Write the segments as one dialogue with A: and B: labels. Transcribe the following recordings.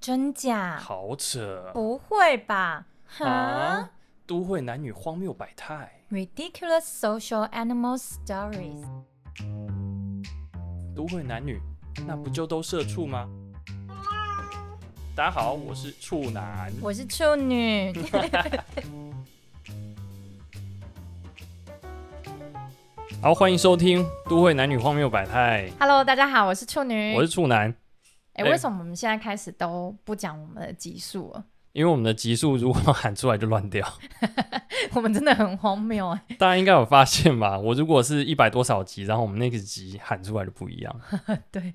A: 真假？
B: 好扯
A: 不会吧？哈、
B: 啊！都会男女荒谬百态，
A: r i d i c u l o u s social animal stories。
B: 都会男女那不就都社畜吗？大家好，我是处男。
A: 我是处 女，
B: 好，欢迎收听《都会男女荒谬百态》，
A: Hello，大家好，我是处女。
B: 我是处男。
A: 哎、
B: 哎
A: 为什么我们现在开始都不讲我们的集数啊了？
B: 因为我们的集数如果喊出来就乱掉，
A: 我们真的很荒谬 哎、
B: 大家应该有发现吧？我如果是一百多少集，然后我们那个集喊出来就不一样。
A: 对，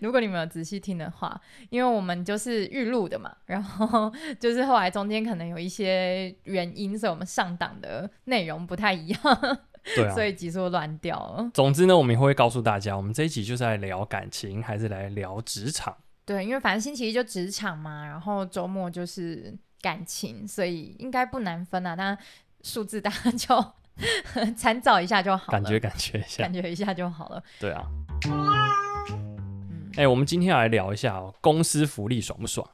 A: 如果你们有仔细听的话，因为我们就是预录的嘛，然后 就是后来中间可能有一些原因，所以我们上档的内容不太一样，
B: 对 啊
A: 所。以集数乱掉了。
B: 总之呢，我们也会告诉大家，我们这一集就是来聊感情，还是来聊职场。
A: 对，因为反正星期一就职场嘛，然后周末就是感情，所以应该不难分啊。但数字大家 就 参照一下就好了，
B: 感觉感觉一下
A: 感，觉一下就好了。
B: 对啊。
A: 嗯，
B: 哎、我们今天要来聊一下、哦、公司福利爽不爽？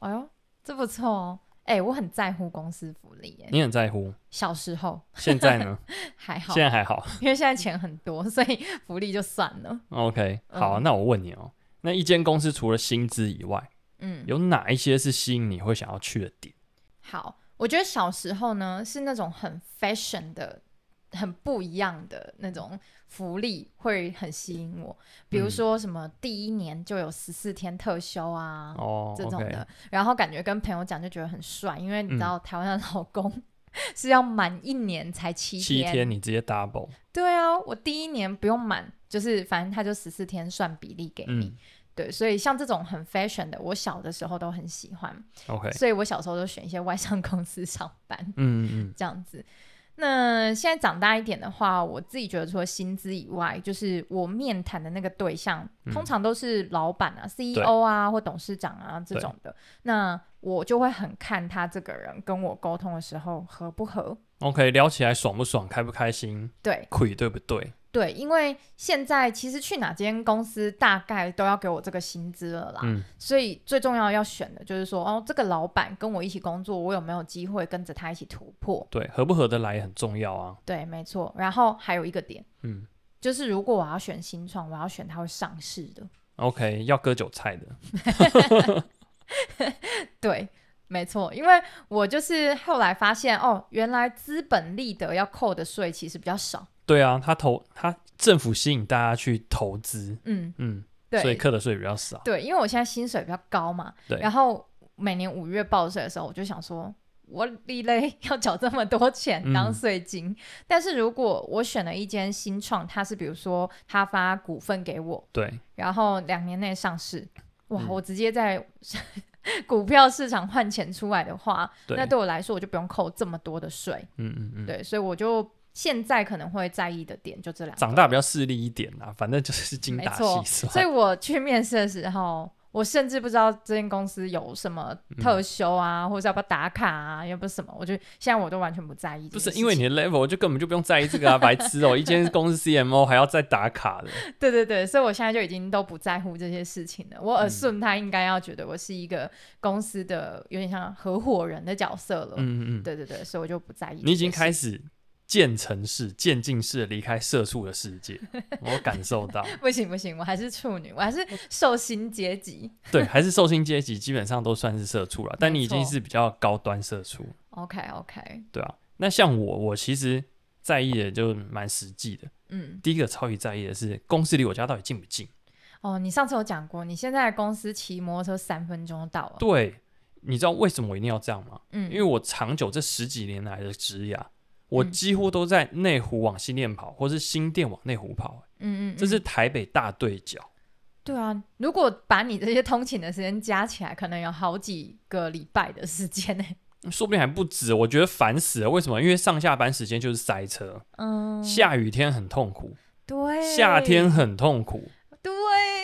A: 哎呦，这不错哦。哎、我很在乎公司福利耶。
B: 你很在乎？
A: 小时候
B: 现在呢？
A: 还 好
B: 现，在还好。
A: 因为现在钱很多，所以福利就算了。
B: OK，
A: 嗯
B: 好，那我问你哦，那一间公司除了薪资以外，
A: 嗯，
B: 有哪一些是吸引你会想要去的点？
A: 好，我觉得小时候呢是那种很 fashion 的、很不一样的那种福利会很吸引我，比如
B: 嗯
A: 说什么第一年就有十四天特休啊。
B: 哦
A: 这种的
B: ，OK，
A: 然后感觉跟朋友讲就觉得很帅，因为你知
B: 嗯
A: 道台湾的老公 是要满一年才七
B: 七
A: 天，
B: 天你直接 double，
A: 对啊，我第一年不用满，就是反正他就十四天算比例给你，
B: 嗯
A: 对，所以像这种很 fashion 的，我小的时候都很喜欢，
B: ，OK，
A: 所以我小时候都选一些外商公司上班，
B: 嗯嗯
A: 这样子。那现在长大一点的话，我自己觉得除了薪资以外，就是我面谈的那个对象，
B: 嗯
A: 通常都是老板啊、CEO 啊或董事长啊这种的。那我就会很看他这个人跟我沟通的时候合不合。
B: 嗯，OK，聊起来爽不爽，开不开心，
A: 对
B: 亏对不对？
A: 对，因为现在其实去哪间公司大概都要给我这个薪资了啦，
B: 嗯
A: 所以最重要要选的就是说，哦，这个老板跟我一起工作，我有没有机会跟着他一起突破？
B: 对，合不合得来也很重要啊。
A: 对，没错。然后还有一个点。
B: 嗯
A: 就是如果我要选新创，我要选它会上市的。
B: ，OK，要割韭菜的，
A: 对，没错，因为我就是后来发现哦，原来资本利得要扣的税其实比较少。
B: 对啊，他投他政府吸引大家去投资，
A: 嗯，
B: 嗯，所以
A: 对，
B: 课的税比较少。
A: 对，因为我现在薪水比较高嘛，
B: 对
A: 然后每年五月报税的时候，我就想说。我立嘞 要缴这么多钱当
B: 嗯
A: 税金，但是如果我选了一间新创，它是比如说它发股份给我，
B: 对，
A: 然后两年内上市，哇！
B: 嗯
A: 我直接在 股票市场换钱出来的话，
B: 对
A: 那对我来说我就不用扣这么多的税，
B: 嗯嗯嗯。
A: 对，所以我就现在可能会在意的点就这两个。
B: 长大比较势利一点啦，反正就是精
A: 啊
B: 打
A: 没错
B: 细算。
A: 所以我去面试的时候，我甚至不知道这间公司有什么特休
B: 嗯
A: 啊，或者要不要打卡啊，要不什么，我就现在我都完全不在意这
B: 不
A: 件事情。
B: 是因为你的 level 就根本就不用在意这 个啊，白痴哦、一间公司 CMO 还要再打卡的，
A: 对对对，所以我现在就已经都不在乎这些事情了。
B: 嗯
A: 我耳顺他应该要觉得我是一个公司的有点像合伙人的角色了。
B: 嗯嗯嗯，
A: 对对对，所以我就不在意这些事。
B: 你已经开始渐层式、渐进式地离开社畜的 世界，我感受到，
A: 不行不行，我还是处女，我还是受薪阶级。
B: 对，还是受薪阶级基本上都算是社畜了，但你已经
A: 没错
B: 是比较高端社畜，
A: OK OK，
B: 对啊。那像我，我其实在意的就蛮实际的。
A: 嗯，
B: 第一个超级在意的是公司离我家到底近不近？
A: 哦，你上次有讲过，你现在的公司骑摩托车三分钟就到了。
B: 对，你知道为什么我一定要这样吗？
A: 嗯，
B: 因为我长久这十几年来的职涯，我
A: 嗯
B: 几乎都在内湖往新店跑，或是新店往内湖跑、
A: 嗯嗯，
B: 这
A: 嗯
B: 是台北大对角。
A: 对啊。如果把你这些通勤的时间加起来，可能有好几个礼拜的时间呢、
B: 说不定还不止，我觉得烦死了。为什么？因为上下班时间就是塞车，
A: 嗯，
B: 下雨天很痛苦，
A: 对，
B: 夏天很痛苦，
A: 对，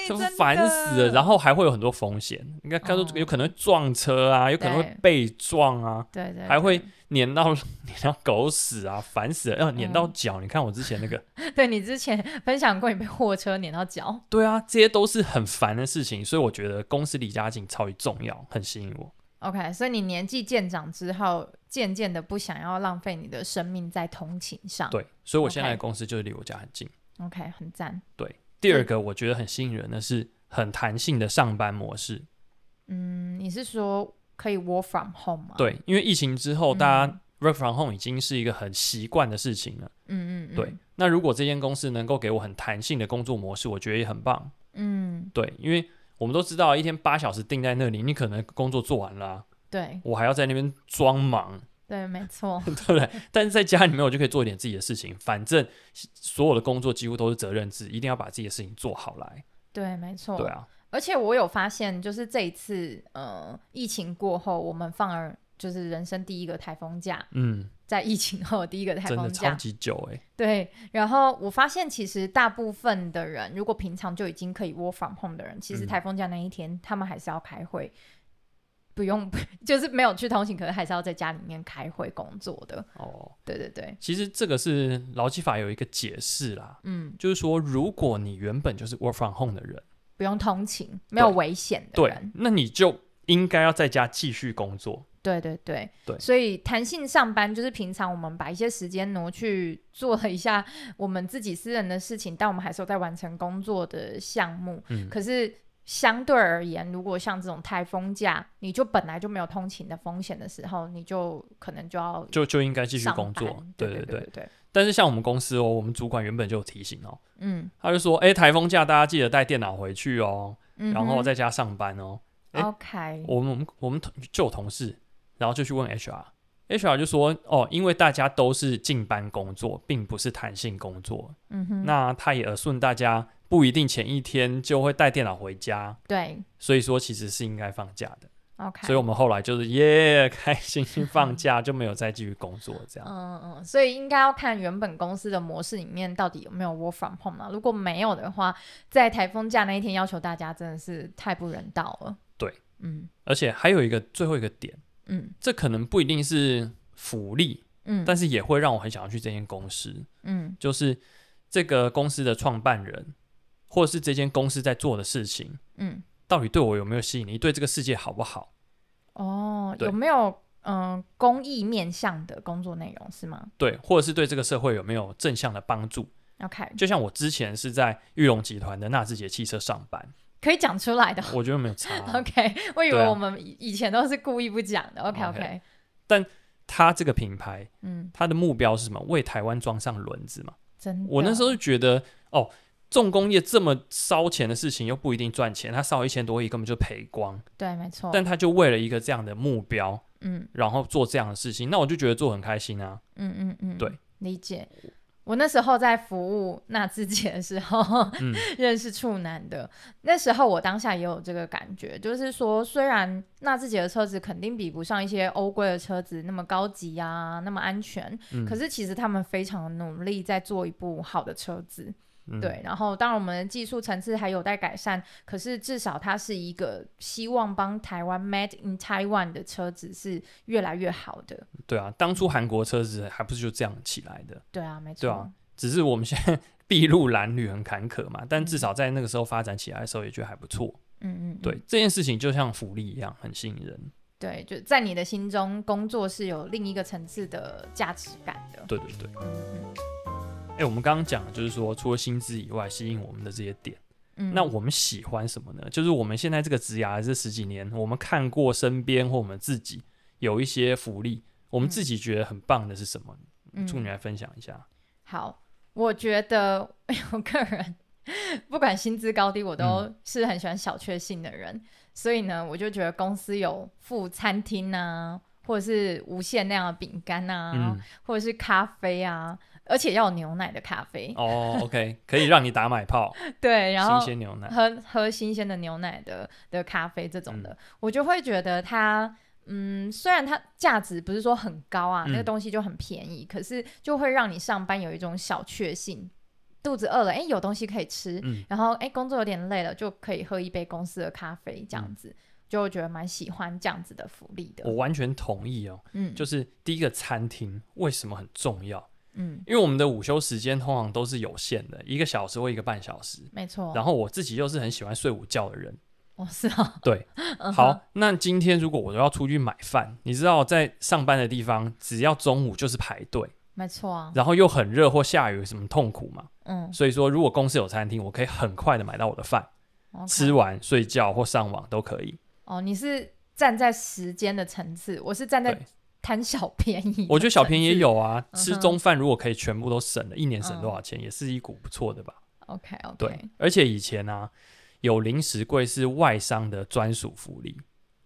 B: 这
A: 真的
B: 烦死了，然后还会有很多风险，应该该说
A: 哦
B: 有可能会撞车啊，有可能会
A: 对
B: 被撞啊，
A: 对对对，
B: 还会碾到 碾到狗屎啊，烦死了，要碾
A: 嗯
B: 到脚。你看我之前那个，
A: 对 你之前分享过你被货车碾到脚，
B: 对啊，这些都是很烦的事情，所以我觉得公司离家近超级重要，很吸引我。
A: OK，所以你年纪渐长之后，渐渐的不想要浪费你的生命在通勤上。
B: 对，所以我现在的
A: 啊 OK
B: 公司就是离我家很近。
A: ，OK，很赞。
B: 第二个我觉得很吸引人的是很弹性的上班模式，
A: 嗯，你是说可以 work from home 吗？，
B: 对，因为疫情之后大家
A: 啊嗯
B: work from home 已经是一个很习惯的事情了。
A: 嗯嗯，嗯
B: 对，，那如果这间公司能够给我很弹性的工作模式，我觉得也很棒。
A: 嗯，
B: 对，因为我们都知道一天八小时定在那里，你可能工作做完了啊、
A: 对
B: 我还要在那边装忙，
A: 对，没 错，
B: 对不对？但是在家里面，我就可以做一点自己的事情。反正所有的工作几乎都是责任制，一定要把自己的事情做好来。
A: 对没错。
B: 对啊，
A: 而且我有发现，就是这一次，呃，疫情过后，我们放而就是人生第一个台风假，
B: 嗯，
A: 在疫情后第一个台
B: 真的
A: 风
B: 超
A: 假，
B: 级久哎、
A: 对。然后我发现，其实大部分的人，如果平常就已经可以 work from home 的人，其实
B: 嗯
A: 台风假那一天，他们还是要开会，不用， 就是没有去通勤，可是还是要在家里面开会工作的。
B: 哦，
A: 对对对，
B: 其实这个是劳基法有一个解释啦，
A: 嗯，
B: 就是说如果你原本就是 work from home 的人，
A: 不用通勤，没有
B: 对
A: 危险的
B: 对
A: 人，，
B: 那你就应该要在家继续工作。
A: 对对对
B: 对
A: 所以弹性上班就是平常我们把一些时间挪去做了一下我们自己私人的事情，但我们还是有在完成工作的项目。
B: 嗯
A: 可是相对而言，如果像这种台风假，你就本来就没有通勤的风险的时候，你就可能就要
B: 就就应该继续
A: 上
B: 工作
A: 班，
B: 对
A: 对
B: 对
A: 对。对，
B: 但是像我们公司哦，我们主管原本就有提醒哦，
A: 嗯，
B: 他就说，哎，台风假大家记得带电脑回去哦，
A: 嗯
B: 然后
A: 哼
B: 在家上班哦。诶
A: OK，
B: 我们我们我们同就有同事，然后就去问 HR，HR 就说哦，因为大家都是进班工作，并不是弹性工作，
A: 嗯哼，
B: 那他也耳顺大家不一定前一天就会带电脑回家，
A: 对
B: 所以说其实是应该放假的。
A: OK，
B: 所以我们后来就是耶， 开心去 放假，就没有再继续工作这样。
A: 嗯嗯，嗯，所以应该要看原本公司的模式里面到底有没有 work from home 嘛。如果没有的话，在台风假那一天要求大家真的是太不人道了。
B: 对，
A: 嗯
B: 而且还有一个最后一个点，
A: 嗯
B: 这可能不一定是福利，
A: 嗯，
B: 但是也会让我很想要去这间公司。
A: 嗯
B: 就是这个公司的创办人，或者是这间公司在做的事情，
A: 嗯，
B: 到底对我有没有吸引力，对这个世界好不好？
A: 哦，
B: 对
A: 有没有嗯、呃公益面向的工作内容是吗
B: 对，或者是对这个社会有没有正向的帮助？
A: ？OK，
B: 就像我之前是在玉龙集团的纳智捷汽车上班，
A: 可以讲出来 的。
B: 我觉得没有差啊、
A: OK，我以
B: 对
A: 为
B: 啊
A: 我们以以前都是故意不讲的。OK
B: OK
A: OK，
B: 它这个品牌，
A: 嗯，
B: 它的目标是什么？为台湾装上轮子嘛。
A: 真的。
B: 我那时候就觉得，哦，重工业这么烧钱的事情又不一定赚钱，它烧一千多亿根本就赔光，
A: 对，没错。
B: 但它就为了一个这样的目标，
A: 嗯
B: 然后做这样的事情，那我就觉得做很开心啊。
A: 嗯嗯嗯，
B: 对，
A: 理解。我那时候在服务纳智捷的时候，
B: 嗯
A: 认识处男的。那时候我当下也有这个感觉，就是说，虽然纳智捷的车子肯定比不上一些欧规的车子那么高级啊，那么安全，
B: 嗯
A: 可是其实他们非常努力在做一部好的车子。
B: 嗯
A: 对，然后当然我们的技术层次还有待改善，可是至少它是一个希望帮台湾 Made in Taiwan 的车子是越来越好的。
B: 对啊，当初韩国车子还不是就这样起来的，
A: 对啊，没错。
B: 对啊只是我们现在 筚路蓝缕很坎坷嘛，但至少在那个时候发展起来的时候也觉得还不错。
A: 嗯嗯，嗯
B: 对、这件事情，就像福利一样，很吸引人。
A: 对，就在你的心中，工作是有另一个层次的价值感的。
B: 对对对，
A: 嗯
B: 哎、我们刚刚讲的就是说，除了薪资以外，吸引我们的这些点，
A: 嗯，
B: 那我们喜欢什么呢？就是我们现在这个职涯这十几年，我们看过身边或我们自己有一些福利，我们自己觉得很棒的是什么？
A: 嗯
B: 祝你来分享一下。
A: 好，我觉得 我个人不管薪资高低，我都
B: 嗯
A: 是很喜欢小确幸的人，所以呢，我就觉得公司有附餐厅啊，或者是无限量的饼干啊，
B: 嗯，
A: 或者是咖啡啊，而且要有牛奶的咖啡，
B: 哦，OK，可以让你打买泡，
A: 对，然后
B: 新鲜牛奶。
A: 喝喝新鲜的牛奶的的咖啡这种的，
B: 嗯
A: 我就会觉得它，嗯，虽然它价值不是说很高啊，
B: 嗯
A: 那个东西就很便宜，可是就会让你上班有一种小确幸肚子饿了，哎、有东西可以吃，
B: 嗯
A: 然后哎、工作有点累了，就可以喝一杯公司的咖啡，这样
B: 嗯
A: 子、就觉得蛮喜欢这样子的福利的
B: 我。完全同意哦。
A: 嗯，
B: 就是第一个，餐厅为什么很重要？
A: 嗯，
B: 因为我们的午休时间通常都是有限的，一个小时或一个半小时。
A: 没错。
B: 然后我自己又是很喜欢睡午觉的人，
A: 哦，是啊，
B: 对，
A: 嗯哼，
B: 好，那今天如果我要出去买饭，你知道在上班的地方，只要中午就是排队，
A: 没错啊，
B: 然后又很热或下雨，有什么痛苦嘛？
A: 嗯，
B: 所以说，如果公司有餐厅，我可以很快的买到我的饭，
A: OK
B: 吃完睡觉或上网都可以。
A: 哦，你是站在时间的层次，我是站在
B: 对
A: 贪小便宜。
B: 我觉得小便宜也。有啊，
A: 嗯哼
B: 吃中饭如果可以全部都省了，一年省
A: 嗯
B: 多少钱，也是一股不错的吧？
A: OK OK。
B: 对，而且以前啊，有零食柜是外商的专属福利。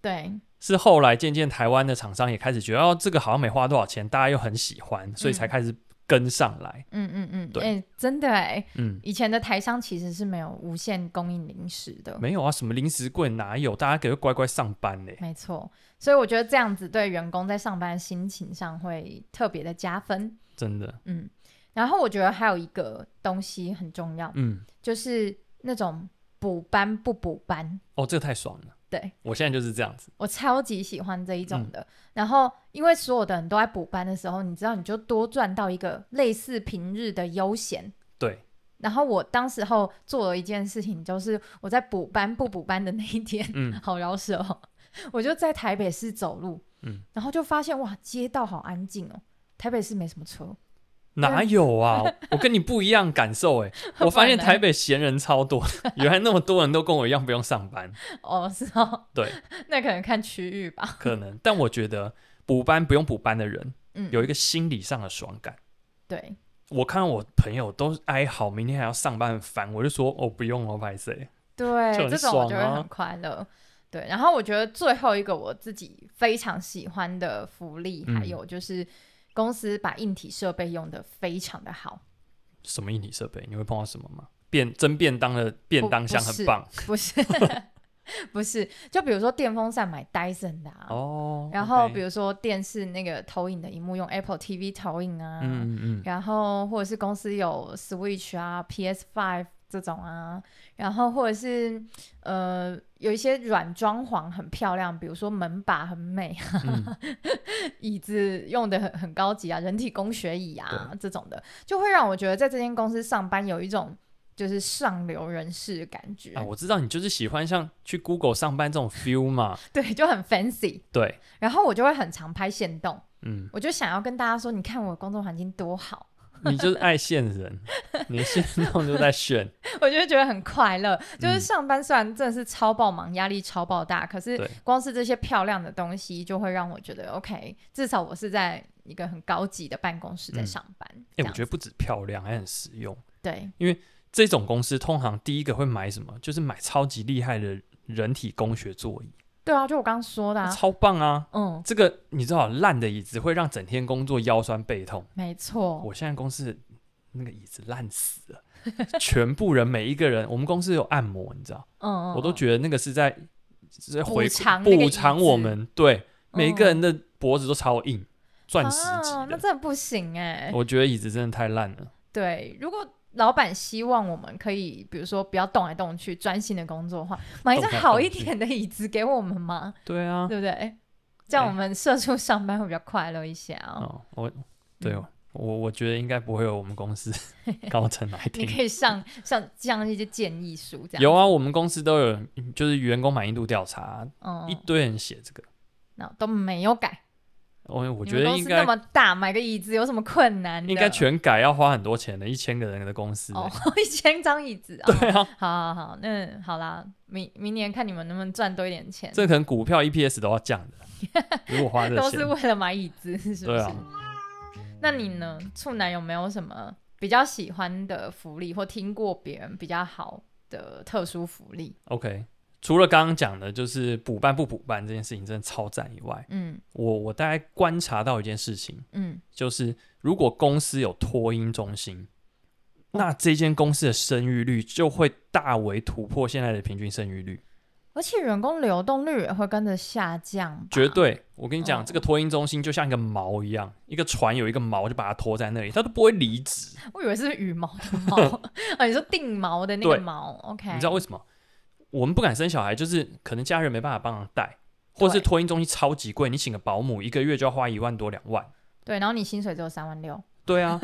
A: 对
B: 是后来渐渐台湾的厂商也开始觉得，哦，这个好像没花多少钱，大家又很喜欢，所以才开始跟上来。
A: 嗯嗯嗯，
B: 对
A: 哎、真的哎，
B: 嗯，
A: 以前的台商其实是没有无限供应零食的。
B: 没有啊，什么零食柜哪有？大家可就乖乖上班呢。
A: 没错，所以我觉得这样子对员工在上班心情上会特别的加分。
B: 真的。
A: 嗯，然后我觉得还有一个东西很重要，
B: 嗯，
A: 就是那种补班不补班。
B: 哦，这个太爽了。
A: 对
B: 我现在就是这样 子，
A: 我超级喜欢这一种
B: 嗯
A: 的。然后因为所有的人都在补班的时候，你知道你就多赚到一个类似平日的悠闲。
B: 对，
A: 然后我当时候做了一件事情，就是我在补班不补班的那一天，
B: 嗯
A: 好饶舌哦，我就在台北市走路，
B: 嗯
A: 然后就发现哇，街道好安静哦，台北市没什么车，
B: 哪有啊？我跟你不一样感 受哎，我发现
A: 不然呢
B: 台北闲人超多，原来那么多人都跟我一样不用上班，
A: 哦，是哦，
B: 对，
A: 那可能看区域吧，
B: 可能。但我觉得补班不用补班的人，
A: 嗯
B: 有一个心理上的爽感。
A: 对，
B: 我看到我朋友都哀嚎，明天还要上班，很烦。我就说哦，不用了，不好意思。
A: 对，
B: 就很
A: 这种我
B: 爽
A: 觉得
B: 啊
A: 很快乐。对，然后我觉得最后一个我自己非常喜欢的福利，还
B: 嗯
A: 有就是公司把硬体设备用的非常的好，
B: 什么硬体设备？你会碰到什么吗？便蒸便当的便当箱
A: 不不是
B: 很棒
A: 不是 不是，就比如说电风扇买 Dyson 的啊，
B: 哦。
A: 然后
B: OK
A: 比如说电视那个投影的荧幕用 Apple TV 投影啊，
B: 嗯嗯嗯，
A: 然后或者是公司有 Switch 啊、PS Five 这种啊，然后或者是呃有一些软装潢很漂亮，比如说门把很美啊， 椅子用的很很高级啊，人体工学椅啊这种的，就会让我觉得在这间公司上班有一种就是上流人士的感觉，
B: 啊，我知道你就是喜欢像去 Google 上班这种 feel 嘛。
A: 对，就很 fancy。
B: 对，
A: 然后我就会很常拍现动，
B: 嗯，
A: 我就想要跟大家说，你看我的工作环境多好，
B: 你就是爱现人，你现弄就在 炫。
A: 我就会觉得很快乐。就是
B: 嗯
A: 上班虽然真的是超爆忙，压力超爆大，可是
B: 对
A: 光是这些漂亮的东西，就会让我觉得 OK，至少我是在一个很高级的办公室在
B: 嗯
A: 上班。这
B: 哎、
A: 样
B: 我觉得不止漂亮，还很实用。
A: 对，
B: 这种公司通常第一个会买什么？就是买超级厉害的人体工学座椅，
A: 对啊，就我刚刚说的、啊，
B: 超棒啊！
A: 嗯，
B: 这个你知道，烂的椅子会让整天工作腰酸背痛。
A: 没错，
B: 我现在公司那个椅子烂死 了，全部人每一个人，我们公司有按摩，你知道，
A: 嗯，
B: 我都
A: 得
B: 觉得那个是在是在
A: 补
B: 回
A: 偿那个椅哦
B: 补偿我们，对，每一个人的脖子都超硬，钻石级
A: 嗯啊，那
B: 的。
A: 真的不行哎、
B: 我觉得椅子真的太烂了，
A: 对，如果老板希望我们可以，比如说不要动来动去，专心的工作的话，买一张
B: 动来
A: 好
B: 动
A: 一
B: 去
A: 点的椅子给我们嘛，
B: 对啊，
A: 对不对？这样
B: 哎
A: 我们社畜上班会比较快乐一些啊。
B: 哦，我对
A: 嗯
B: 哦我我觉得应该不会有我们 公司高层来
A: 你
B: 听。
A: 可以上上上一些建议书，这样
B: 有，啊，我们公司都有，就是员工满意度调查，一
A: 嗯，
B: 堆人写这个，
A: 那都没有改。
B: 我我
A: 你
B: 觉
A: 们
B: 得
A: 公
B: 应
A: 司那
B: 该
A: 么大，买个椅子有什么困难的？
B: 应该全改要花很多钱的，一千个人的公司欸，
A: 哦， 一千张椅子啊。
B: 对啊，
A: 好好好，那好啦，明明年看你们能不能赚多一点钱，
B: 这可能股票 EPS 都要降 的。如果花这
A: 都
B: 个
A: 是
B: 钱，
A: 为了买椅子，是不是？
B: 对啊，
A: 那你呢？处男有没有什么比较喜欢的福利，或听过别人比较好的特殊福利？
B: OK，除了刚刚讲的，就是补办不补办这件事情真的超赞以外，
A: 嗯
B: 我我大概观察到一件事情，
A: 嗯，
B: 就是如果公司有托婴中心，那这间公司的生育率就会大为突破现在的平均生育率。
A: 而且员工流动率也会跟着下降吧，
B: 绝对，我跟你讲，
A: 嗯
B: 这个托婴中心就像一个锚一样，一个船有一个锚，就把它拖在那里，它都不会离职。
A: 我以为是羽毛 的毛啊，你说定毛的那个
B: 对
A: 毛，OK？
B: 你知道为什么？我们不敢生小孩，就是可能家人没办法帮忙带，或是
A: 对
B: 托婴中心超级贵，你请个保姆一个月就要花一万多两万。
A: 对，然后你薪水只有三万六，
B: 对啊，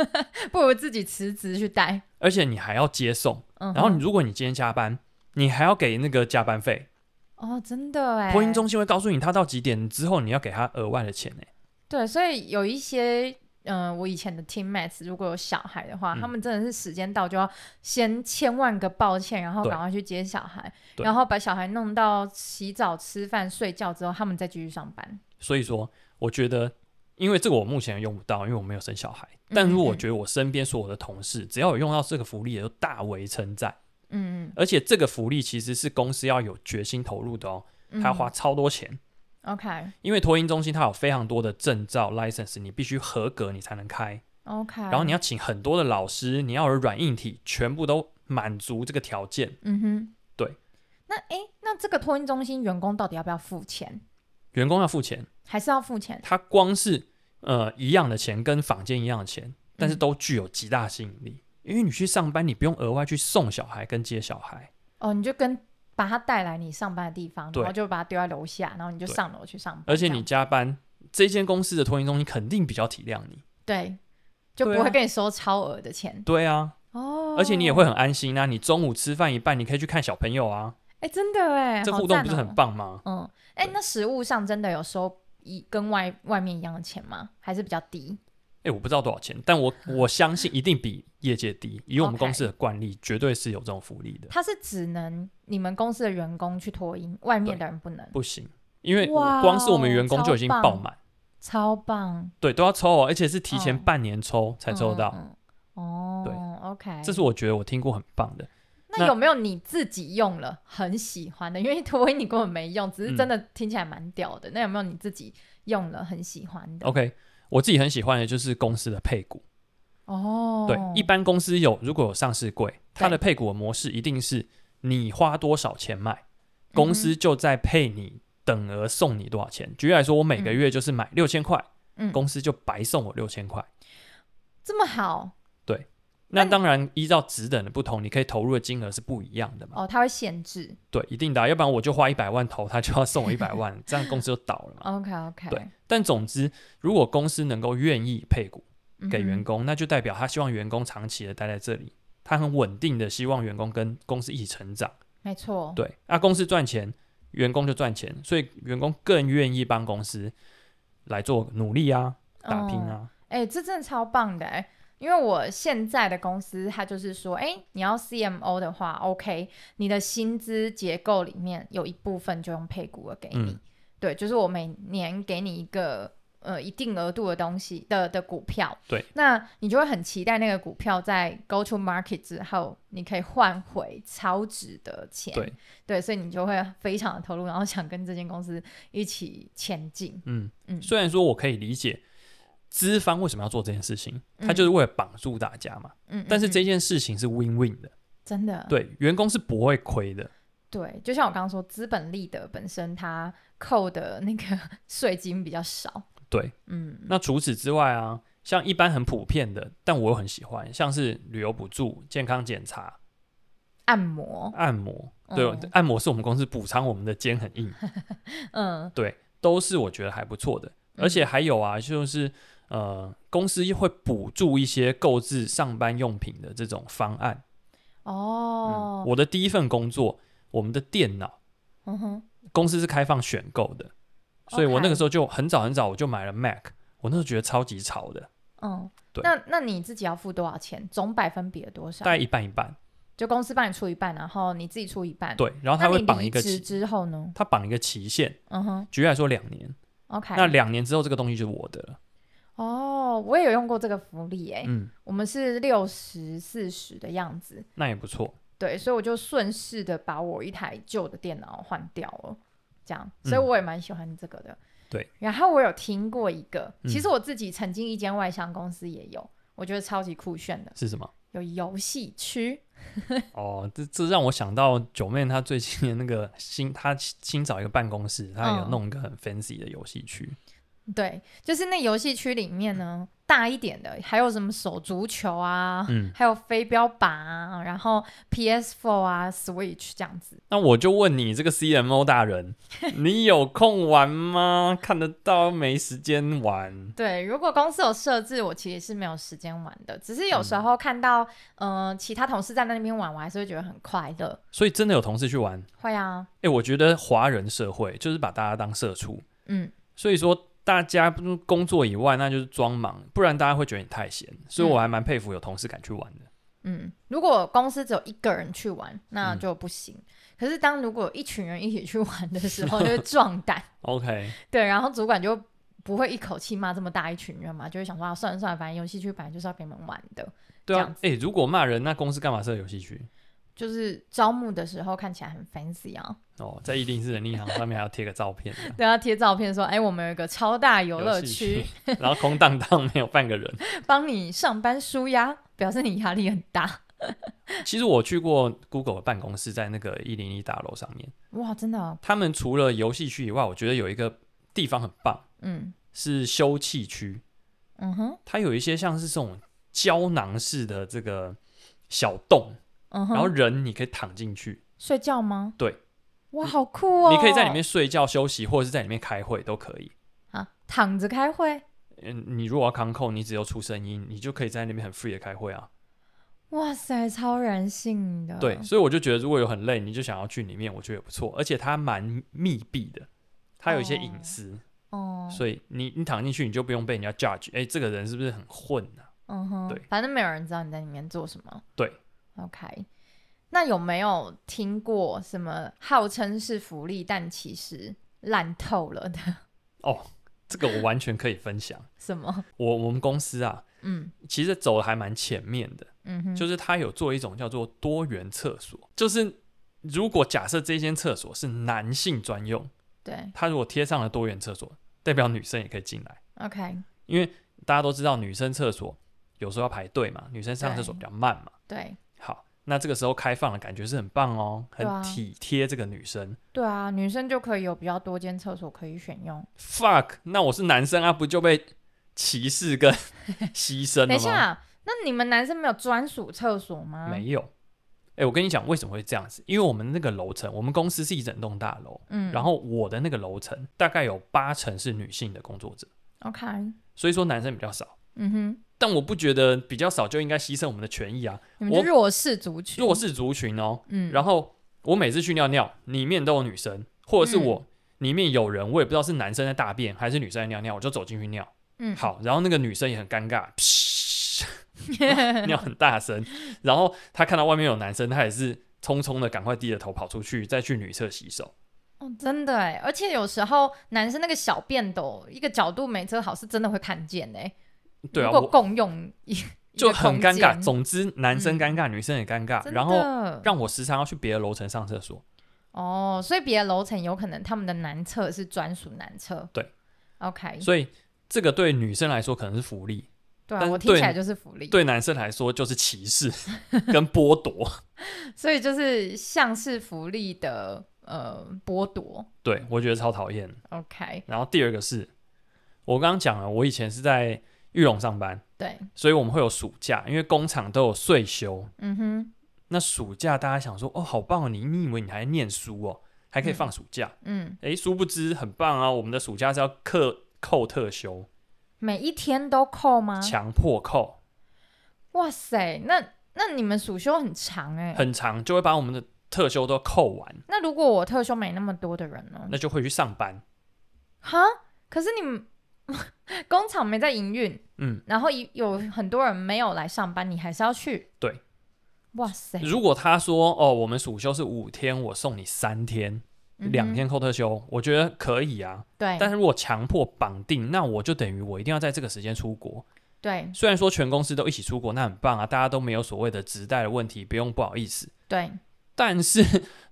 A: 不如自己辞职去带。
B: 而且你还要接送，
A: 嗯哼，
B: 然后你如果你今天加班，你还要给那个加班费。
A: 哦，真的哎，
B: 托婴中心会告诉你他到几点之后，你要给他额外的钱欸呢、
A: 对，所以有一些。嗯、我以前的 teammates 如果有小孩的话，
B: 嗯
A: 他们真的是时间到就要先千万个抱歉，然后
B: 对
A: 赶快去接小孩，
B: 对
A: 然后把小孩弄到洗澡、吃饭、睡觉之后，他们再继续上班。
B: 所以说，我觉得，因为这个我目前用不到，因为我没有生小孩。
A: 嗯
B: 但如果
A: 嗯
B: 我
A: 嗯
B: 觉得我身边所有的同事，只要有用到这个福利，也都大为称赞。
A: 嗯，
B: 而且这个福利其实是公司要有决心投入的哦，
A: 嗯
B: 他要花超多钱。
A: 嗯 OK
B: 因为托婴中心它有非常多的证照 license，你必须合格你才能开，
A: OK，
B: 然后你要请很多的老师，你要有软硬体，全部都满足这个条件。
A: 嗯哼，
B: 对。
A: 那诶，那这个托运中心员工到底要不要付钱？
B: 员工要付钱，
A: 还是要付钱？
B: 它光是呃一样的钱跟坊间一样的
A: 嗯
B: 钱，但是都具有极大吸引力。因为你去上班，你不用额外去送小孩跟接小孩，
A: 哦，你就跟把他带来你上班的地方，
B: 对
A: 然后就把他丢在楼下，然后你就
B: 对
A: 上楼去上班。
B: 而且
A: 这
B: 你
A: 样
B: 加班，这间公司的托运中心肯定比较体谅你。
A: 对，就不
B: 对啊
A: 会跟你收超额的钱、
B: 对啊，
A: 哦。
B: 而且你也会很安心啊。你中午吃饭一半，你可以去看小朋友啊，
A: 诶，真的哎，
B: 这
A: 好
B: 互动
A: 赞
B: 不是很
A: 哦？
B: 棒吗？
A: 嗯，诶，
B: 对
A: 那食物上真的有收一跟外外面一样的钱吗？还是比较低？
B: 哎，我不知道多少钱，但我我相信一定比业界低。以我们
A: 嗯 OK
B: 公司的惯例，绝对是有这种福利的。
A: 它是只能你们公司的员工去托运，外面的人不能。
B: 不行，因为
A: 哇
B: 我光是我们员工
A: 超
B: 就已经
A: 棒
B: 爆满，
A: 超棒，
B: 对，都要抽哦，而且是提前
A: 嗯
B: 半年抽才抽
A: 嗯
B: 到。
A: 嗯嗯
B: 对
A: 哦，OK，
B: 这是我觉得我听过很棒的。那
A: 那有没有你自己用了很喜欢的？因为托音你根本没用，
B: 嗯
A: 只是真的听起来蛮屌的。那有没有你自己用了很喜欢的？
B: OK，我自己很喜欢的就是公司的配股。
A: 哦，
B: 对，一般公司有如果有上市柜，它的配股的模式一定是你花多少钱买，
A: 嗯
B: 公司就在配你等额送你多少钱。举例来说，我每个月就是买六千块，
A: 嗯
B: 公司就白送我六千块。
A: 这么好那
B: 那
A: 你
B: 当然，依照职等的不同，你可以投入的金额是不一样的嘛。
A: 哦，它会限制。
B: 对，一定的啊、要不然我就花一百万投，他就要送我一 百万，这样公司就倒了嘛。
A: OK OK，
B: 对但总之，如果公司能够愿意配股，
A: 对
B: 给员工，那就代表他希望员工长期的待在这里，他很稳定的希望员工跟公司一起成长。
A: 没错，
B: 对，那、公司赚钱，员工就赚钱，所以员工更愿意帮公司来做努力啊、打拼
A: 哦。
B: 啊。
A: 哎、这真的超棒的哎、因为我现在的公司，它就是说，哎、你要 CMO 的话，OK，你的薪资结构里面有一部分就用配股额给你，
B: 嗯
A: 对，就是我每年给你一个呃一定额度的东西的的股票，
B: 对，
A: 那你就会很期待那个股票在 go to market 之后，你可以换回超值的钱，
B: 对，
A: 所以你就会非常的投入，然后想跟这间公司一起前进，
B: 嗯，
A: 嗯
B: 虽然说我可以理解资方为什么要做这件事情，他
A: 嗯
B: 就是为了绑住大家嘛。
A: 嗯，
B: 但是
A: 嗯嗯
B: 这件事情是 win-win 的，
A: 真的
B: 对，员工是不会亏
A: 嗯
B: 的。
A: 对，就像我刚刚说，资本利得本身它扣的那个 税金比较少。
B: 对，
A: 嗯，
B: 那除此之外啊，像一般很普遍的，但我又很喜欢，像是旅游补助、健康检查、
A: 按摩，
B: 按摩，对，
A: 哦
B: 按摩是我们公司补偿我们的肩很 硬，
A: 嗯，
B: 都是我觉得还不错的。
A: 嗯
B: 而且还有啊，就是呃，公司会补助一些购置上班用品的这种方案。嗯
A: 哦，
B: 我的第一份工作，我们的电脑
A: 嗯哼，
B: 公司是开放选购的，所以我那个时
A: 候，
B: 候就很早很早我就买了 Mac，我那时候觉得超级潮的，
A: 嗯，
B: 对
A: 那那你自己要付多少钱？总百分比的多少
B: 大？概一半一半。
A: 就公司帮你出一半，然后你自己出一半。，
B: 对，然
A: 嗯那
B: 后他
A: 你
B: 会
A: 离
B: 绑一个
A: 职
B: 期，
A: 之后呢？
B: 他绑一个期限。
A: 嗯哼
B: 举例来说，两年，
A: ，OK。
B: 那两年之后这个东西就是我的了。
A: 哦，我也有用过这个福利诶、
B: 嗯，
A: 我们是六十四十的样子，
B: 那也不错。
A: 对，所以我就顺势的把我一台旧的电脑换掉了，这样，
B: 嗯
A: 所以我也蛮喜欢这个的。
B: 对，
A: 然后我有听过一个，
B: 嗯
A: 其实我自己曾经一间外商公司也有，我觉得超级酷炫的，
B: 是什么？
A: 有游戏区，
B: 哦，这这让我想到九妹她最近的那个新，她新找一个办公室，她有
A: 嗯
B: 弄一个很 fancy 的游戏区。
A: 对，就是那游戏区里面呢，大一点的还有什么手足球啊，
B: 嗯，
A: 还有飞镖靶啊，然后 PS4 啊、Switch 这样子。
B: 那我就问你，这个 CMO 大人，你有空玩吗？看得到没时间玩。
A: 对，如果公司有设置，我其实是没有时间玩的，只是有时候看到嗯、呃其他同事在那边玩，我还是会觉得很快乐。
B: 所以真的有同事去玩。
A: 会啊，
B: 哎、我觉得华人社会就是把大家当社畜，
A: 嗯，
B: 所以说大家不工作以外，那就是装忙，不然大家会觉得你太闲。所以我还蛮佩服有同事敢去玩的。
A: 嗯，如果公司只有一个人去玩，那
B: 嗯
A: 就不行。可是当如果有一群人一起去玩的时候，就会壮胆。
B: OK，
A: 对，然后主管就不会一口气骂这么大一群人嘛，就会想说啊，算了算了，反正游戏区本来就是要给你们玩的，
B: 对
A: 这
B: 啊
A: 样，
B: 哎、如果骂人，那公司干嘛设游戏区？
A: 就是招募的时候看起来很 fancy 啊，
B: 哦，在一定是人力行上面还要贴个照片，
A: 对，要贴照片说，哎，我们 有一个超大游乐
B: 戏
A: 区，
B: 区，然后空荡荡没有半个人。
A: 帮你上班舒压，表示你压力很大。
B: 其实我去过 Google 的办公室，在那个一零一大楼上面，
A: 哇，真的哦、
B: 他们除了游戏区以外，我觉得有一个地方很棒，
A: 嗯
B: 是休憩区，
A: 嗯哼
B: 它有一些像是这种胶囊式的这个小洞，
A: 嗯哼，
B: 然后人你可以躺进去，
A: 睡觉吗？
B: 对，
A: 哇，好酷哦！
B: 你可以在里面睡觉休息，或者是在里面开会都可以。
A: 啊，躺着开会，
B: 嗯，你如果要扛扣，你只有出声音，你就可以在那边很 free 的开会啊。
A: 哇塞，超人性的，
B: 对，所以我就觉得，如果有很累，你就想要去里面，我觉得也不错，而且它蛮密闭的，它有一些隐私，
A: 哦，
B: 所以你你躺进去，你就不用被人家 judge，哎、这个人是不是很混啊？
A: 嗯哼，
B: 对
A: 反正没有人知道你在里面做什么。
B: 对
A: ，OK。那有没有听过什么号称是福利，但其实烂透了的
B: 这个我完全可以分享。
A: 什么？
B: 我我们公司啊，
A: 嗯
B: 其实走的还蛮前面的，
A: 嗯哼，
B: 就是它有做一种叫做多元厕所，就是如果假设这间厕所是男性专用，
A: 对
B: 它如果贴上了多元厕所，代表女生也可以进来。
A: ，OK，
B: 因为大家都知道女生厕所有时候要排队嘛，女生上厕所比较慢嘛。
A: 对
B: 好，那这个时候开放的感觉是很棒哦，
A: 对啊
B: 很体贴这个女生。
A: 对啊，女生就可以有比较多间厕所可以选用。
B: Fuck，那我是男生啊，不就被歧视跟 牺牲
A: 等一
B: 了吗？
A: 下，啊那你们男生没有专属厕所吗？
B: 没有。哎、我跟你讲，为什么会这样子？因为我们那个楼层，我们公司是一整栋大楼，
A: 嗯，
B: 然后我的那个楼层大概有八成是女性的工作者，
A: OK，
B: 所以说男生比较少。
A: 嗯哼，
B: 但我不觉得比较少就应该牺牲我们的权益啊，
A: 你们就
B: 我
A: 弱势族群，
B: 弱，势族群哦，
A: 嗯，
B: 然后我每次去尿尿，里面都有女生，或者是
A: 嗯
B: 我、里面有人，我也不知道是男生在大便还是女生在尿尿，我就走进去尿。
A: 嗯，
B: 好，然后那个女生也很尴 尬， 噗尿很大声，然后她看到外面有男生，她也是匆匆的赶快低着头跑出去，再去女厕洗手。
A: 哦，真的哎，而且有时候男生那个小便斗一个角度没遮好，是真的会看见哎。
B: 对啊，
A: 如果
B: 我
A: 共用一
B: 就很尴尬。
A: 总
B: 总之，男
A: 嗯
B: 生尴尬，女生也尴尬，然后
A: 后
B: 让我时常要去别的楼层上厕所。
A: 哦，所以别的楼层有可能他们的男厕是专属男厕。
B: 对
A: ，OK，
B: 所以这个对女生来说可能是福利，
A: 对啊，
B: 但
A: 我
B: 是
A: 听起
B: 对
A: 来就是福利。，
B: 对男生来说就是歧视 跟剥夺。
A: 所以就是像是福利的呃剥夺。
B: 对，我觉得超讨厌。
A: OK，
B: 然后第二个是，我刚刚讲了，我以前是在玉龙上班，
A: 对，
B: 所以我们会有暑假，因为工厂都有岁休。
A: 嗯哼，
B: 那暑假大家想说，哦，好棒哦，你你以为你还念书哦，还可以放暑假？
A: 嗯，
B: 诶，殊不知很棒啊，我们的暑假是要课扣特休，
A: 每一天都扣吗？
B: 强迫扣，
A: 哇塞，那那你们暑休很长哎。
B: 很长，就会把我们的特休都扣完，
A: 那如果我特休没那么多的人呢？
B: 那就会去上班。
A: 哈，可是你们 工厂没在营运，
B: 嗯，
A: 然后一有很多人没有来上班，你还是要去。
B: 对，
A: 哇塞，
B: 如果他说，哦，我们暑休是五天，我送你三天，
A: 嗯
B: 两天扣特休，我觉得可以啊。
A: 对
B: 但是如果强迫绑定，那我就等于我一定要在这个时间出国。
A: 对
B: 虽然说全公司都一起出国，那很棒啊，大家都没有所谓的职代的问题，不用不好意思。
A: 对
B: 但是，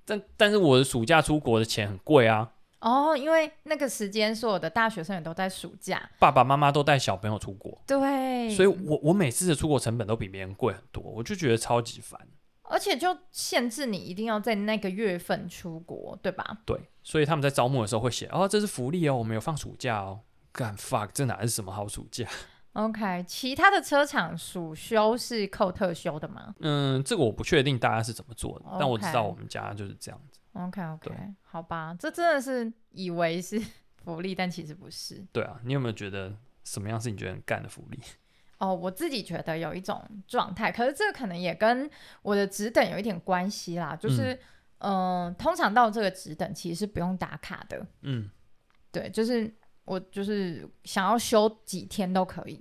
B: 但但是我的暑假出国的钱很贵啊，
A: 哦，因为那个时间所有的大学生也都在暑假，
B: 爸爸妈妈都带小朋友出国，
A: 对，
B: 所以我我每次的出国成本都比别人贵很多，我就觉得超级烦。
A: 而且就限制你一定要在那个月份出国，对吧？
B: 对，所以他们在招募的时候会写哦，这是福利哦，我们有放暑假哦。干 fuck，这哪是什么好暑假？
A: OK，其他的车厂暑休是扣特休的吗
B: 嗯，这个我不确定大家是怎么做的，但我知
A: OK
B: 道我们家就是这样子。
A: ？OK OK，
B: 对
A: 好吧，这真的是以为是 福利，但其实不是。
B: 对啊，你有没有觉得什么样是你觉得很干的福利？
A: 哦，我自己觉得有一种状态，可是这可能也跟我的职等有一点关系啦，就是嗯、呃通常到这个职等其实是不用打卡的，
B: 嗯
A: 对，就是我就是想要休几天都可以，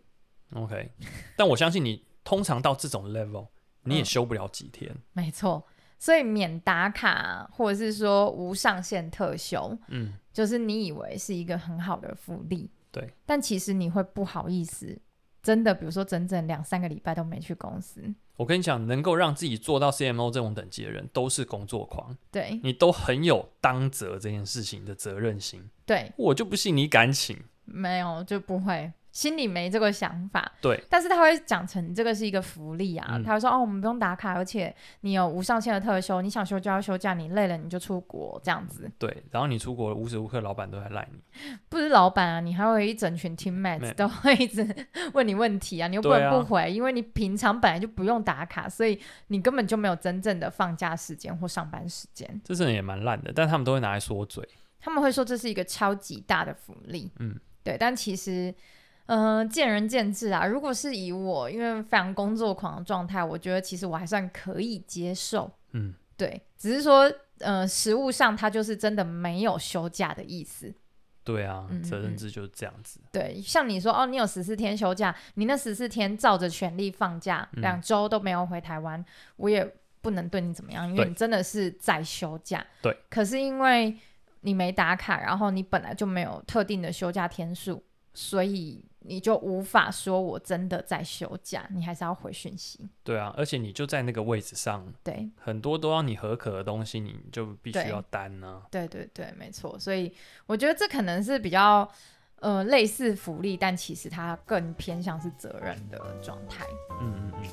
B: ，OK，但我相信你通常到这种 level，你也
A: 嗯
B: 休不了几天。
A: 没错。所以免打卡或者是说无上限特休，
B: 嗯
A: 就是你以为是一个很好的福利，
B: 对，
A: 但其实你会不好意思，真的，比如说整整两三个礼拜都没去公司，
B: 我跟你讲，能够让自己做到 CMO 这种等级的人，都是工作狂，
A: 对
B: 你都很有当责这件事情的责任心。
A: 对，
B: 我就不信你敢请，
A: 没有就不会，心里没这个想法，
B: 对，
A: 但是他会讲成这个是一个福利啊，
B: 嗯
A: 他会说哦，我们不用打卡，而且你有无上限的特休，你想休就要休假，你累了你就出国这样子，
B: 对。然后你出国无时无刻老板都在赖你，
A: 不是老板啊，你还有一整群 teammates
B: 没
A: 都会一直 问你问题啊，你又不
B: 对
A: 能
B: 啊
A: 不回，因为你平常本来就不用打卡，所以你根本就没有真正的放假时间或上班时间。
B: 这真的也蛮烂的，但他们都会拿来说嘴。
A: 他们会说这是一个超级大的福利，
B: 嗯，
A: 对，但其实。嗯、见仁见智啊。如果是以我，因为非常工作狂的状态，我觉得其实我还算可以接受。
B: 嗯，
A: 对，只是说，呃，实物上它就是真的没有休假的意思。
B: 对啊
A: 嗯嗯，
B: 责
A: 嗯
B: 任制就是这样子。
A: 对，像你说哦，你有十四天休假，你那十四天照着权利放假，
B: 嗯
A: 两周都没有回台湾，我也不能对你怎么样，因为
B: 对
A: 你真的是在休假。
B: 对。
A: 可是因为你没打卡，然后你本来就没有特定的休假天数，所以你就无法说我真的在休假，你还是要回讯息。
B: 对啊，而且你就在那个位置上，
A: 对，
B: 很多都要你合格的东西，你就必须
A: 对
B: 要担啊呢、
A: 对对对，没错。所以我觉得这可能是比较呃类似福利，但其实它更偏向是责任的状态。
B: 嗯嗯嗯。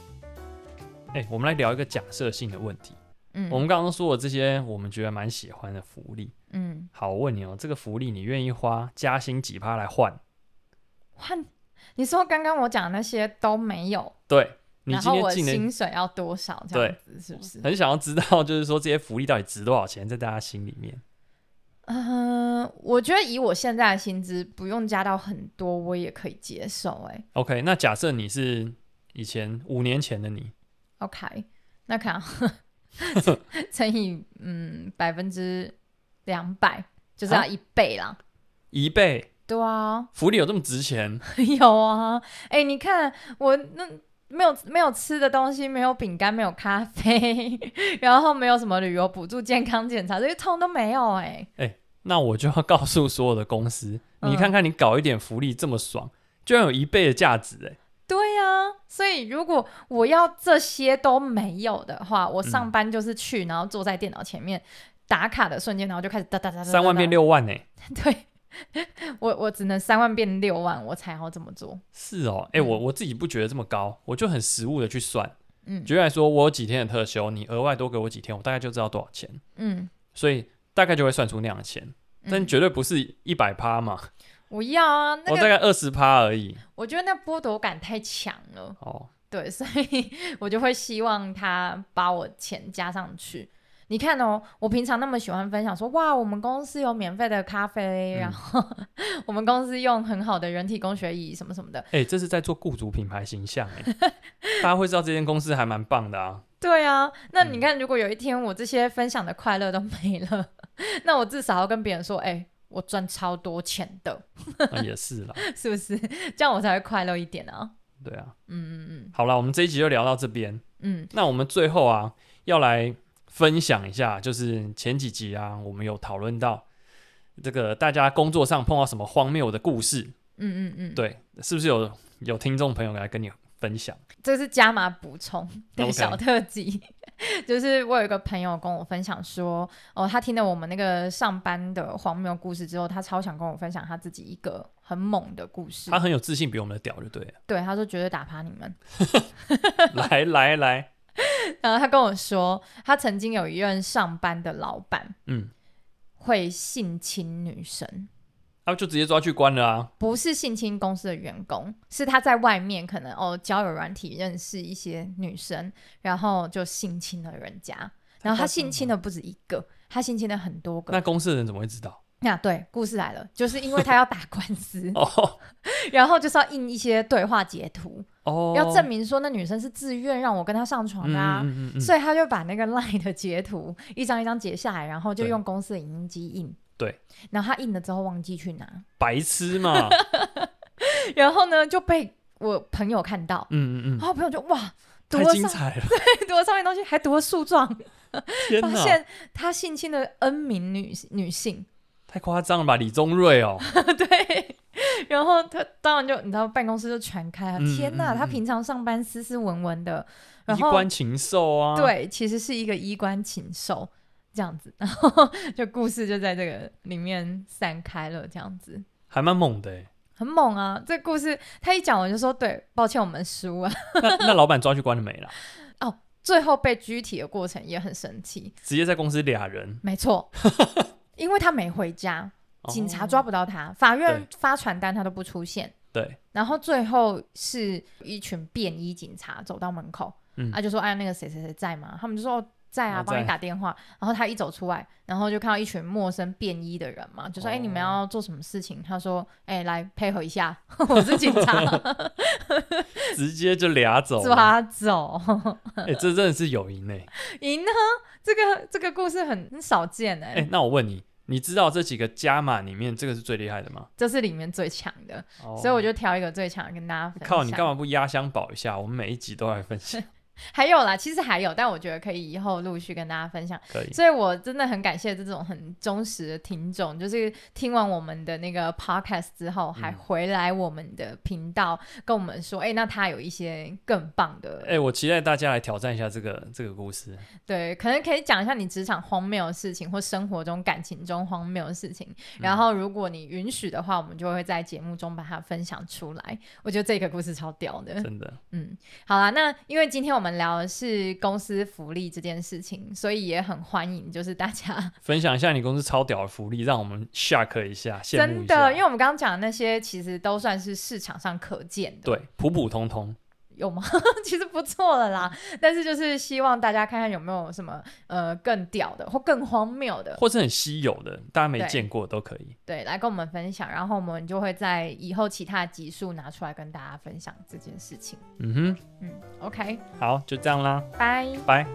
B: 哎、我们来聊一个假设性的问题。
A: 嗯，
B: 我们刚刚说的这些，我们觉得蛮喜欢的福利。
A: 嗯。
B: 好，我问你哦，这个福利你愿意花加薪几趴来换？
A: 换，你说刚刚我讲的那些都没有，
B: 对你
A: 然
B: 今
A: 后
B: 天
A: 我的
B: 进能
A: 薪水要多少这样子，是不是？
B: 很想要知道，就是说这些福利到底值多少钱，在大家心里面。
A: 嗯、我觉得以我现在的薪资，不用加到很多，我也可以接受、哎
B: OK，那假设你是以前五年前的你，
A: ，OK，那看啊 乘以嗯百分之两百，就是要
B: 啊
A: 一倍啦。
B: 一倍
A: 对啊，
B: 福利有这么值钱？
A: 有啊。哎、你看我那没有没有吃的东西，没有饼干，没有咖啡， 然后没有什么旅游补助、健康检查，这些通都没有、哎。
B: 那我就要 告诉所有的公司，
A: 嗯
B: 你看看你搞一点福利这么爽，居然有一倍的价值哎、
A: 对呀、所以如果我要这些都没有的话，我
B: 嗯
A: 上班就是去，然后坐在电脑前面打卡啊的瞬间，然后就开始哒哒哒哒哒哒
B: 三万变，六万哎、
A: 对 我我只能三万变六万，我才好这么做。
B: 是哦，哎、我我自己不觉得这么高，我就很实务的去算。
A: 嗯
B: 举例来说，我有几天的特休，你额外多给我几天，我大概就知道多少钱，
A: 嗯，
B: 所以大概就会算出那样的钱，但
A: 嗯
B: 绝对不是一百趴嘛，
A: 我要啊，那
B: 我
A: 个
B: 大概二十趴而已。
A: 我觉得那剥夺感太强了，
B: 哦，
A: 对，所以我就会希望他把我钱加上去。你看哦，我平常那么喜欢分享说，哇，我们公司有免费的咖啡，
B: 嗯
A: 然后 我们公司用很好的人体工学椅什么什么的，
B: 哎、这是在做雇主品牌形象哎、 大家会知道这间公司还蛮棒的啊。
A: 对啊，那你看，如果有一天我这些分享的快乐都 没了，那我至少要跟别人说，哎、我赚超多钱的，
B: 那也是啦，
A: 是不是？这样我才会快乐一点啊。
B: 对啊。
A: 嗯嗯
B: 好啦，我们这一集就聊到这边。
A: 嗯
B: 那我们最后啊，要来分享一下，就是前几集啊，我们有讨论到这个大家工作上碰到什么荒谬的故事，
A: 嗯嗯嗯嗯，，
B: 对，是不是有有听众朋友来跟你分享？
A: 这是加码补充的
B: OK
A: 小特辑。 就是我有一个朋友跟我分享说，哦，他听了我们那个上班的荒谬故事之后，他超想跟我分享他自己一个很猛的故事
B: 他。很有自信，比我们的屌就对了。
A: 对，他说绝对打趴你们。
B: 来来来，
A: 然后他跟我说，他曾经有一任上班的老板
B: 嗯，
A: 会性侵女生，
B: 啊，就直接抓去关 了啊。
A: 不是性侵公司的员工，是他在外面可能哦交友软体认识一些女生，然后就性侵了人家。然后他性侵的不止一个，他性侵了很多个。
B: 那公司的人怎么会知道？，
A: 那对，故事来了，就是因为他要打官司
B: 哦
A: 然后就是要印一些对话截图，
B: 哦，
A: 要证明说那女生是自愿让我跟她上床
B: 嗯
A: 的、啊。
B: 嗯嗯嗯嗯
A: 所以他就把那个 LINE 的截图一张一张截下来，然后就
B: 对
A: 用公司的影印机印。
B: 对，
A: 然后他印了之后忘记去拿，
B: 白痴嘛，
A: 然后呢就被我朋友看到，
B: 嗯嗯
A: 然
B: 嗯，
A: 后我朋友就哇，读
B: 太
A: 了
B: 精
A: 上
B: 彩了，
A: 读了上面东西，还读了诉状，
B: 天
A: 发
B: 哪，
A: 现他性侵了 N 名女女性，
B: 太夸张了吧，李宗瑞哦，
A: 对。然后他当然就你知道办公室就传开啊，
B: 嗯
A: 天哪！
B: 嗯
A: 他
B: 嗯
A: 平常上班斯斯文文的，然
B: 衣
A: 后
B: 冠禽兽啊，，
A: 对，其实是一个衣冠禽兽这样子， 然后就故事就在这个里面散开了，这样子
B: 还蛮猛的欸。
A: 很猛啊！这故事他一讲我就说，对，抱歉，我们输啊。
B: 那那老板抓去关了没啦？
A: 最后被拘体的过程也很神奇，
B: 直接在公司俩人，
A: 没错， 因为他没回家，警察
B: 哦
A: 抓不到他，法院
B: 对
A: 发传单他都不出现。
B: 对，
A: 然后最后是一群便衣警察走到门口，
B: 嗯
A: 啊就说哎、那个谁谁谁在吗？他们就说、哦、在啊，
B: 哦
A: 帮你
B: 在
A: 打电话。然后他一走出来，然后就看到一群陌生便衣的人嘛，就说哎、
B: 哦
A: 你们要做什么事情？他说哎、来配合一下， 我是警 察，
B: 直接就俩走了，
A: 抓走。
B: 哎、这真的是有赢哎、
A: 赢呢？这个这个故事很很少见哎、
B: 哎、那我问你，你知道这几个加码里面这个是最厉害的吗？
A: 这是里面最强的，
B: 哦
A: 所以我就挑一个最强的跟大家分享。
B: 靠，你干嘛不压箱宝一下？我们每一集都来 分享，
A: 还有啦，其实还有，但我觉得可以以后陆续跟大家分享。
B: 可以。
A: 所以我真的很感谢这种很忠实的听众，就是听完我们的那个 podcast 之后，还
B: 嗯
A: 回来我们的频道跟我们说，哎、那他有一些更棒的，
B: 哎、我期待大家来挑战一下这个这个故事。
A: 对，可能可以讲一下你职场荒谬的事情，或生活中、感情中荒谬的事情。
B: 嗯
A: 然后，如果你允许的话，我们就会在节目中把它分享出来。我觉得这个故事超屌的，
B: 真的，
A: 嗯，好啦，那因为今天我们聊的是公司福利这件事情，所以也很欢迎，就是大家
B: 分享一下你公司超屌的福利，让我们 shock 一下，羡慕
A: 真
B: 一下。
A: 的，因为我们刚刚讲的那些，其实都算是市场上可见的，
B: 对，普普通通，
A: 有吗？ 其实不错了啦，但是就是希望大家看看有没有什么呃更屌的或更荒谬的，
B: 或是很稀有的，大家没
A: 对
B: 见过都可以。
A: 对，来跟我们分享，然后我们就会在以后其他集数拿出来跟大家分享这件事情。
B: 嗯
A: 嗯，OK，
B: 哼，好，就这样啦，
A: 拜。
B: 拜。